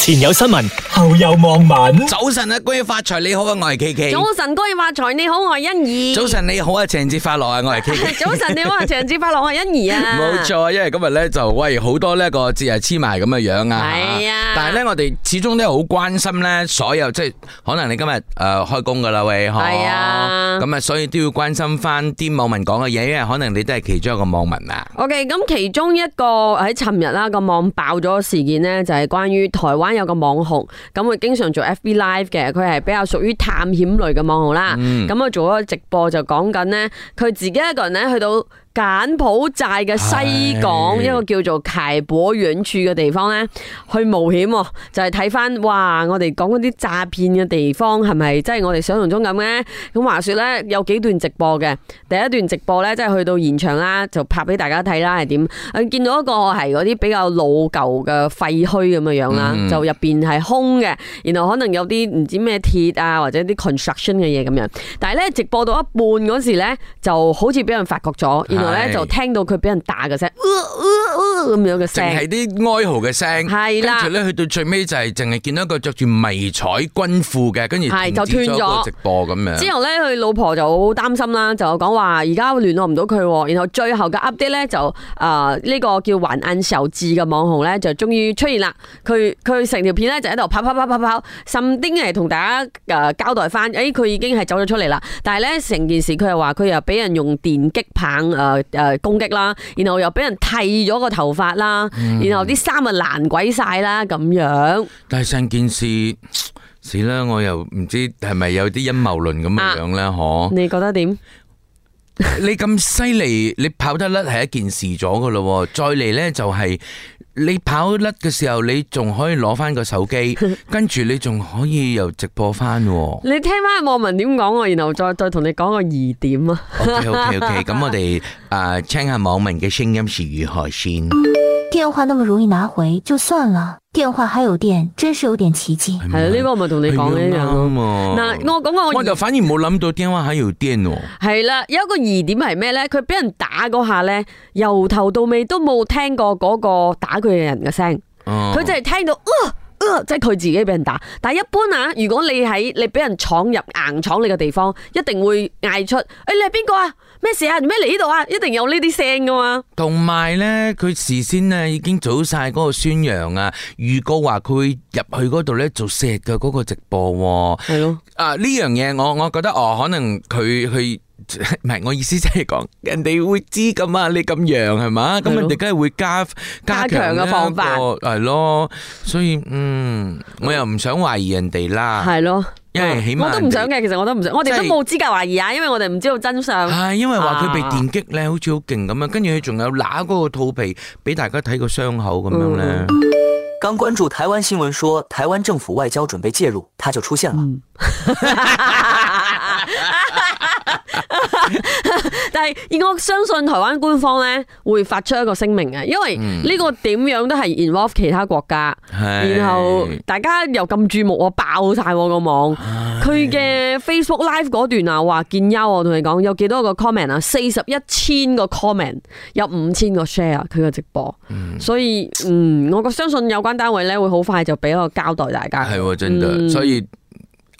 前有新聞，後有網民。早晨啊，恭喜發財！你好啊，我係 K K。早晨，恭喜發財！你好，我係欣怡。早晨你好啊，情人節快樂啊，我係 K K。 早晨，你好啊，情人節快樂！我係欣怡啊。冇錯，因為今日咧就喂好多呢個節日黐埋咁嘅樣啊。係啊但係咧，我哋始終都好關心咧，所有即係可能你今日誒開工噶啦，喂，嗬係啊咁啊，所以都要關心翻啲網民講嘅嘢，因為可能你都係其中一個網民啊。 OK，咁其中一個喺尋日啦個網爆咗嘅事件呢，就係關於台灣有個網紅，咁佢經常做 FB Live 嘅，佢係比較屬於探險類嘅網紅啦。嗯咁佢做咗個直播就講緊呢，佢自己一個人呢去到柬埔寨嘅西港唉一個叫做凱博遠處嘅地方呢，去冒險喎，就係睇翻哇！我哋講嗰啲詐騙嘅地方係咪真係我哋想象中咁呢？咁話說呢，有幾段直播嘅，第一段直播呢，即係去到現場啦，就拍俾大家睇啦，係點？啊見到一個係嗰啲比較老舊嘅廢墟咁嘅樣啦，嗯就入邊係空嘅，然後可能有啲唔知咩鐵啊或者啲 construction 嘅嘢咁樣。但係呢，直播到一半嗰時呢，就好似俾人發覺咗，然後呢，係就聽到佢俾人打嘅聲，呃呃呃咁樣嘅聲淨。係啲哀嚎嘅聲，係啦跟住咧去到最尾就係淨係見到一個着住迷彩軍褲嘅，跟住係就停止斷咗個直播咁樣。之後咧，佢老婆就好擔心啦，就講話而家聯絡唔到佢喎。然後最後嘅 update 咧就啊呢、個叫還眼仇志嘅網紅咧就終於出現啦。佢佢成條片咧就喺度跑跑跑跑跑，甚丁係同大家誒、呃交代翻，誒、佢已經係走咗出嚟啦。但係咧成件事佢係話佢又俾人用電擊棒誒誒、呃攻擊啦，然後又俾人剃咗個頭髮啦，然後啲衫啊爛鬼晒啦咁樣。但係成件事死啦，我又唔知係咪有啲陰謀論咁啊嘅樣咧？ 嗬、你覺得點？你咁犀利，你跑得甩係一件事咗噶咯喎，再嚟咧就係、你跑甩嘅時候，你仲可以攞翻個 手機，跟住你仲可以又直播翻喎。 你聽翻網民點講喎，然後再再同你講個疑點啊。 OK OK OK，咁我哋誒聽下網民嘅聲音是如何先。电话那么容易拿回就算了，电话还有电，真是有点奇迹。係啊，呢個咪同你講一樣咯。嗱，嗱，我講個我就疑反而冇諗到電話喺度癲喎。係啦，有一個疑點係咩咧？佢俾人打嗰下咧，由頭到尾都冇聽過嗰個打佢嘅人嘅聲，哦佢就係聽到呃呃即係佢自己俾人打。但係一般啊，如果你喺你俾人闖入硬闖你嘅地方，一定會嗌出：誒、你係邊個啊？咩事啊？做咩嚟呢度啊？一定有呢啲聲噶嘛。同埋咧，佢事先咧已經做晒嗰個宣揚啊，預告話佢會入去嗰度咧做四日嘅嗰個直播喎。係咯，啊，呢樣嘢我我覺得哦，可能佢 去。唔係，我意思即係講，人哋會知噶嘛，你咁樣係嘛，咁係咯人哋梗係會加加強嘅方法呢一個係咯，所以嗯，我又唔想懷疑人哋啦，係咯。因為起碼我都唔想嘅，其實我都唔想，我哋都即係冇資格懷疑啊，因為我哋唔知道真相。係因為話佢被啊電擊咧，好似好勁咁樣，跟住佢仲有揦嗰個肚皮俾大家睇個傷口咁樣咧嗯。刚关注台湾新闻说，台湾政府外交准备介入，他就出现了。 但係我相信台灣官方咧會發出一個聲明嘅，因為嗯呢個點樣都係 involve 其他國家，係然後大家又咁注目我爆晒我個網，佢嘅 Facebook Live 嗰段啊，話見優我同你講有幾多個 comment 啊，四十一千個 comment，有五千個 share 佢嘅直播，所以嗯，我相信有關單位咧會好快就俾一個交代大家。哎係喎，真的，嗯所以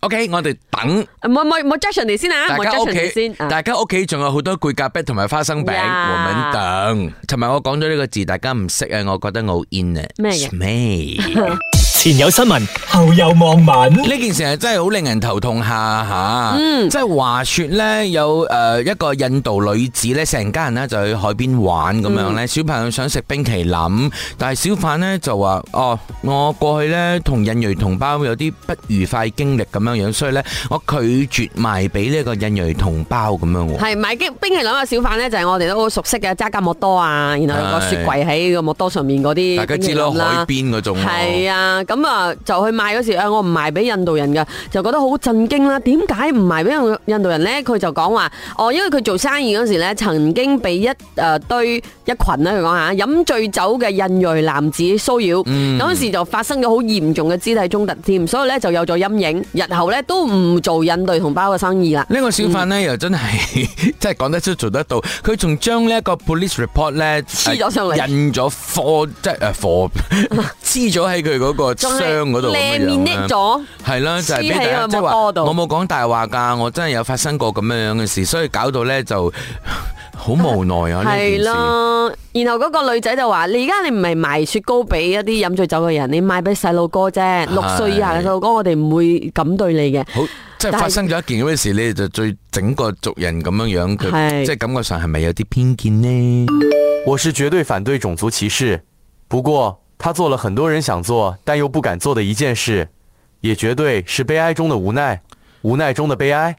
OK，我哋等唔好唔好唔好 judge 人哋先啊，大唔好家 judge 屋人哋企先，啊大家屋企仲有好多攰夾餅同埋花生餅，呀我們等。尋日我講咗呢個字，大家唔識啊，我覺得我好 in 啊。咩嘅 Smell 前有新聞，後有網民。呢件事係真係好令人頭痛下嚇，嗯即係話說咧，有誒一個印度女子咧，成家人咧就去海邊玩咁樣嗯咧，小朋友想食冰淇淋，但係小販咧就話：哦，我過去咧同印裔同胞有啲不愉快經歷咁樣樣，所以咧我拒絕賣俾呢個印裔同胞咁樣喎。係買冰冰淇淋嘅小販咧，就係我哋都好熟悉嘅揸架莫多啊，然後有個雪櫃喺個莫多上面嗰啲大家冰淇知淋啦，海啦。邊嗰種喎係啊，咁啊就去賣嗰時，誒我唔賣俾印度人嘅，就覺得好震驚啦。點解唔賣俾印印度人呢？佢就講話，哦，因為佢做生意嗰時咧，曾經被一誒、呃堆一群咧，佢講下飲醉酒嘅印裔男子騷擾，嗯嗰、時就發生咗好嚴重嘅肢體衝突添，所以咧就有咗陰影，日後咧都唔做印度同胞嘅生意啦。呢個小販呢，又真 係真係講得出做得到，佢仲將呢一個 police 呃 report 咧黐咗上嚟印咗貨即係誒貨呃 黐咗喺佢嗰個仲係箱嗰度咁樣樣 laminate 啦咗，系啦，就係俾大黐喺家個即係話，波度我冇講大話㗎，我真係有發生過咁樣樣嘅事，所以搞到咧就 好無奈啊呢件係事。啦。然後嗰個女仔就話：你而家你唔係賣雪糕俾一啲飲醉酒嘅人，你賣俾細路哥啫，六歲以下嘅細路哥，我哋唔會咁對你嘅。 好，即係但係發生咗一件咁嘅事，你哋就最整個族人咁樣樣，佢係即係感覺上係咪有啲偏見呢？我是绝对反对种族歧视，不过他做了很多人想做但又不敢做的一件事，也绝对是悲哀中的无奈，无奈中的悲哀。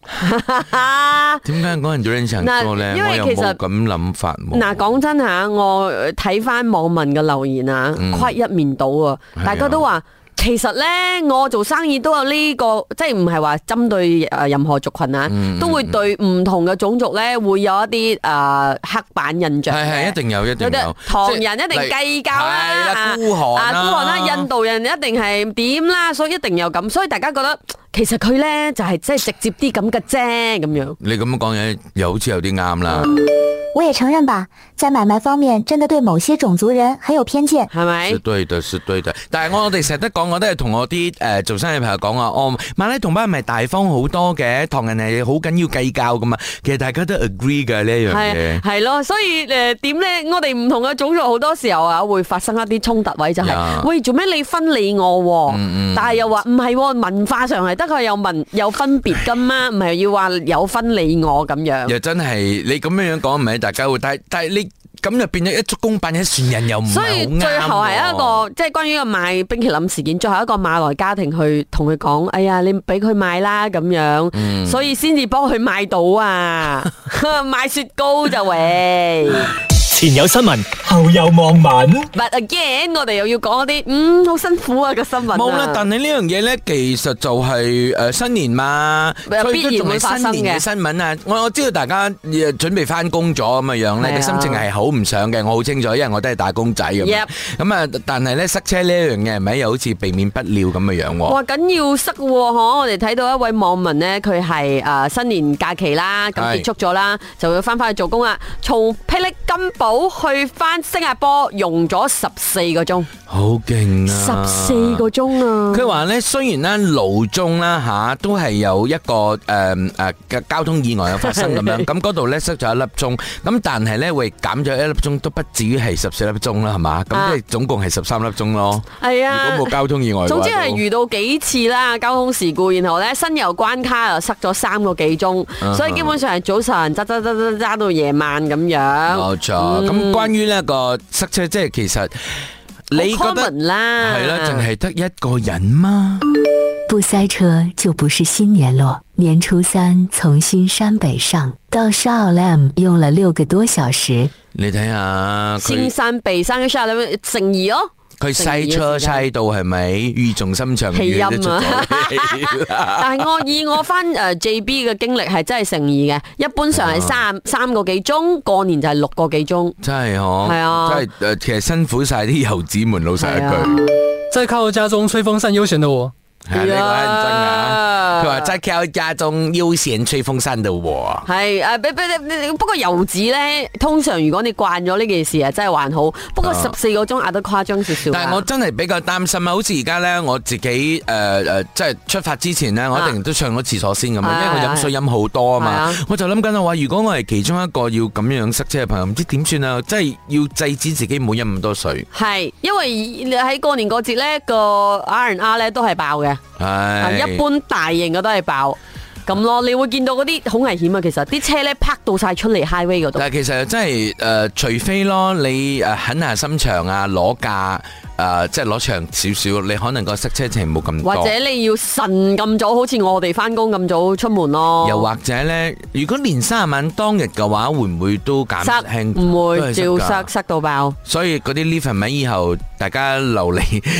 點解嗰人做人想做咧？嗱因為我又其實冇咁諗法喎。嗱，講真吓，我睇翻網民嘅留言啊，虧一面倒啊係啊，大家都話。其實呢，我做生意都有呢、個，即係唔係話針對誒任何族群啊，都會對唔同嘅種族呢會有一啲誒、呃黑板印象嘅。係係一定有一定有啲有，唐人即係一定計較啦，係啦孤寒啊啦孤寒啦，印度人一定係點啦，所以一定有咁，所以大家覺得其實佢呢就係即係直接啲咁嘅啫，咁樣。你咁樣講嘢又好似有啲啱啦。我也承认吧，在买卖方面真的对某些种族人很有偏见。係咪是？對的，是對的。但係我哋成日都講，我都係同我啲誒做生意朋友講啊，哦，馬拉同胞咪大方好多嘅，唐人係好緊要計較噶嘛。其實大家都 agree 嘅呢樣係嘢。係咯，所以诶点咧？我哋唔同嘅種族好多時候啊，會發生一啲衝突位，就呀係喂做咩你分你我喎？但係又話唔係喎，文化上係得佢有文有分別噶嘛，唔係要話有分你我咁樣。又真係你咁樣樣講，唔係大家會，但係但係你咁就變咗一足公辦一船人，又唔係所好以啱喎。最後係一個即係關於個賣冰淇淋事件，最後一個馬來家庭去同佢講：哎呀，你俾佢買啦咁樣，所以先至幫佢買到 啊， 買雪糕就喂。前有新聞，後有網民。 But again，我哋又要講嗰啲嗯好辛苦啊嘅新聞啊冇啦，但係呢樣嘢咧，其實就係誒新年嘛，誒所以都必然仲會係發新生年嘅嘅新聞啊！我我知道大家誒準備翻工咗咁嘅樣咧，係啊個心情係好唔想嘅，我好清楚，因為我都係打工仔咁樣 Yep。咁啊，但係咧塞車呢樣嘢係咪又好似避免不了咁嘅樣喎？哇，緊要塞喎！嗬，我哋睇到一位網民呢，佢係誒新年假期啦，咁係結束咗啦，就要翻返去做工啦。從霹靂金寶去翻新加坡，用咗十四個鐘，好勁啊！十四個鐘啊！佢話咧，雖然咧路中啦嚇，都係有一個誒誒嘅交通意外有發生咁 樣，咁嗰度咧塞咗一粒鐘，咁但係咧會減咗一粒鐘，都不至於係十四粒鐘啦，係嘛？咁啊即係總共係十三粒鐘咯。係啊如。果冇交通意外嘅話，總之係遇到幾次啦交通事故，然後咧新油關卡又塞咗三個幾鐘，所以基本上係早晨揸揸揸揸揸到夜晚咁就樣。冇錯。咁關於呢個塞車，即係其實你覺得 common 啦，係啦，淨係得一個人嗎？不塞车就不是新年喽。年初三从新山北上到沙 m 用了六个多小时。你睇下先佢山鼻山嘅 s h 成疑咯。佢西成車二嘅時間西到係咪語重心長嘅嘢都出咗嚟啦但係我以我翻誒 JB 嘅經歷係真係誠意嘅，一般上係三三個幾鐘，過年就係六個幾鐘。真係嗬，係啊真係诶，呃其實辛苦晒啲遊子們，老實一句，在靠家中吹风扇悠闲的我，係啊呢個係真哎啊！佢話真係靠家中悠閒吹風山度喎，係誒，啊不不不過油紙咧，通常如果你慣咗呢件事啊，真係還好。不過啊十四個鐘壓得誇張少少㗎。啊但係我真係比較擔心啊！好似而家咧，我自己诶诶，即係出發之前咧，我一定都上咗廁所先咁啊係啊，啊因為我飲水飲好多啊係嘛啊，我就諗緊啊，話如果我係其中一個要咁樣塞車嘅朋友，唔知點算啊！即係要制止自己唔好飲咁多水，係因為你喺過年過節咧個 R and R 咧都係爆嘅，啊係一般大型嘅都係爆咁咯。你會見到嗰啲好危險啊，其實啲車咧泊到晒出嚟 highway 嗰度。但係其實真係誒、呃除非咯，你誒狠下心腸啊，攞價誒、呃即係攞長少少，你可能個塞車程冇咁或多。者你要晨咁早，好似我哋翻工咁早出門咯。又或者咧，如果年三十晚當日嘅話，會唔會都減塞輕？唔都會係照㗎塞塞到爆。所以嗰啲呢份米以後大家留 嚟新年誒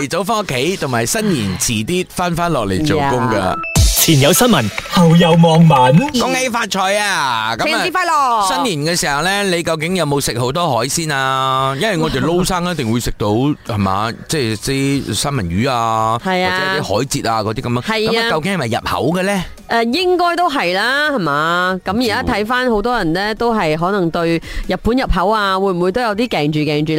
提早翻屋企，同埋新年遲啲翻翻落嚟做工㗎。前有新聞，後有網民。恭喜發財啊！咁情啊人節快樂！新年嘅時候咧，你究竟有冇食好多海鮮啊？因為我哋撈生一定會食到係 嘛，即係啲三文魚啊，係啊或者啲海蜇啊嗰啲咁樣。係啊咁究竟係咪入口嘅咧？诶、應該呃都係啦，係嘛？咁啊而家睇翻好多人咧，都係可能對日本入口啊，會唔會都有啲鏡住鏡住咧？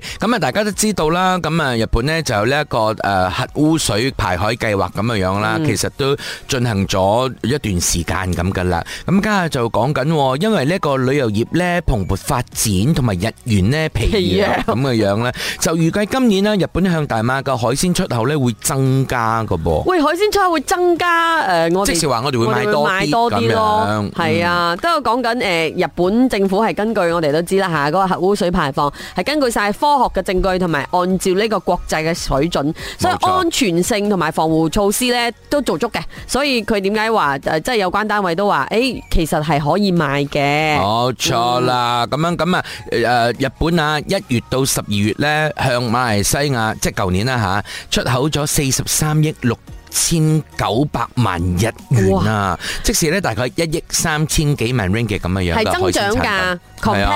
系咁啊！大家都知道啦，咁啊，日本呢就有呢一個诶核污水排海計劃咁嘅樣啦，嗯其實都進行咗一段時間咁噶啦。咁家下就講緊喎，因為呢個旅遊業呢蓬勃發展，同埋日元呢疲弱疲咁嘅樣呢，就預計今年呢日本向大馬嘅海鮮出口呢會增加噶噃。喂，海鮮出口會增加诶、呃我哋即是話我哋會我買哋多買啲多咁啲咯樣，，嗯係啊，都有講緊诶，日本政府係根據我哋都知啦吓，嗰、個核污水排放係根據晒科學嘅證據，同埋按照呢個國際嘅水準，所以冇錯安全性同埋防護措施咧都做足嘅。所以佢點解話诶，呃即係有關單位都話，诶、其實係可以買嘅。冇錯啦，咁樣咁啊，誒、日本啊，一月到十二月呢，向馬來西亞即係舊年啦嚇，出口咗四十三億六千九百萬日元啊，即是呢，大概一億三千幾萬 ringgit 咁嘅樣嘅係增長海鮮產品㗎係啊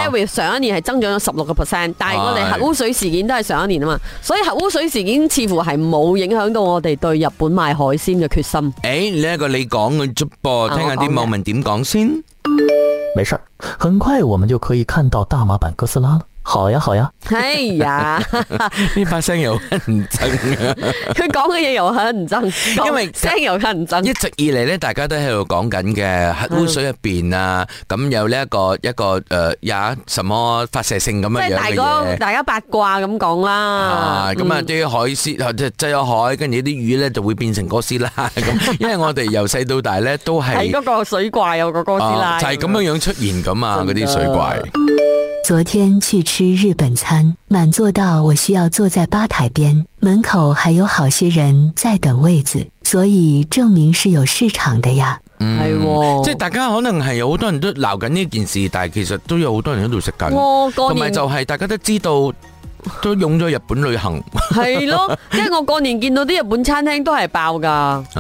，compare with 上一年係增長咗十六個 percent，但係我哋係核污水事件都係上一年啊嘛，所以核污水事件似乎係冇影響到我哋對日本賣海鮮嘅決 心。誒呢一個你講嘅啫噃，聽下我講啲嘅網民點講先。没事儿，很快我们就可以看到大马版哥斯拉了。好呀，好呀，哎呀，呢把聲又唔憎啊！佢講嘅嘢又很憎，因為 聲又很憎。一直以嚟咧，大家都喺度講緊嘅核污水入邊啊，咁有呢一個一個誒也什麼發射性咁即樣樣係大嘅哥，嘢。大家八卦咁講啦啊，。咁啊，嗯啲海鮮即係擠咗海，跟住啲魚咧就會變成哥斯拉 咁，因為我哋由細到大咧都係係嗰個水怪有個哥斯啊拉，就係咁樣樣出現咁啊，嗰真啲㗎水怪。昨天去吃日本餐，满座到我需要坐在吧台边，门口还有好些人在等位子，所以证明是有市场的呀。係喎。即係大家可能係有好多人都鬧緊呢件事，但係其實都有好多人喺度食緊，我過同埋年就係大家都知道都用咗日本旅行 係咯，因為我過年見到啲日本餐廳都係爆㗎，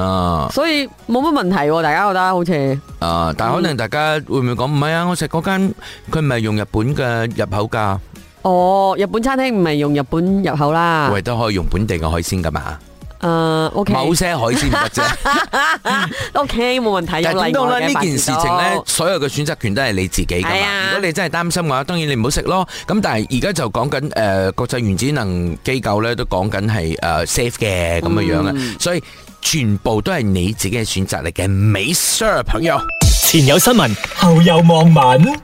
啊。所以冇乜問題喎。大家覺得好似啊！但可能大家會唔會講唔係啊？我食嗰間佢唔係用日本嘅入口㗎，哦，日本餐廳唔係用日本入口啦。呃喂都可以用本地嘅海鮮㗎嘛？誒 某，OK，OK，些海鮮唔得啫。冇問題。但係有點例都外啦，嘅呢件事情白咧事，都所有嘅選擇權都係你自己㗎係嘛。啊如果你真係擔心嘅話，當然你唔好食咯。咁但係而家就講緊誒國際原子能機構咧，都講緊係誒 ờ, safe 嘅咁嘅樣啊，所以全部都係你自己嘅選擇嚟嘅，美 Sir 朋友。前有新聞，後有網民。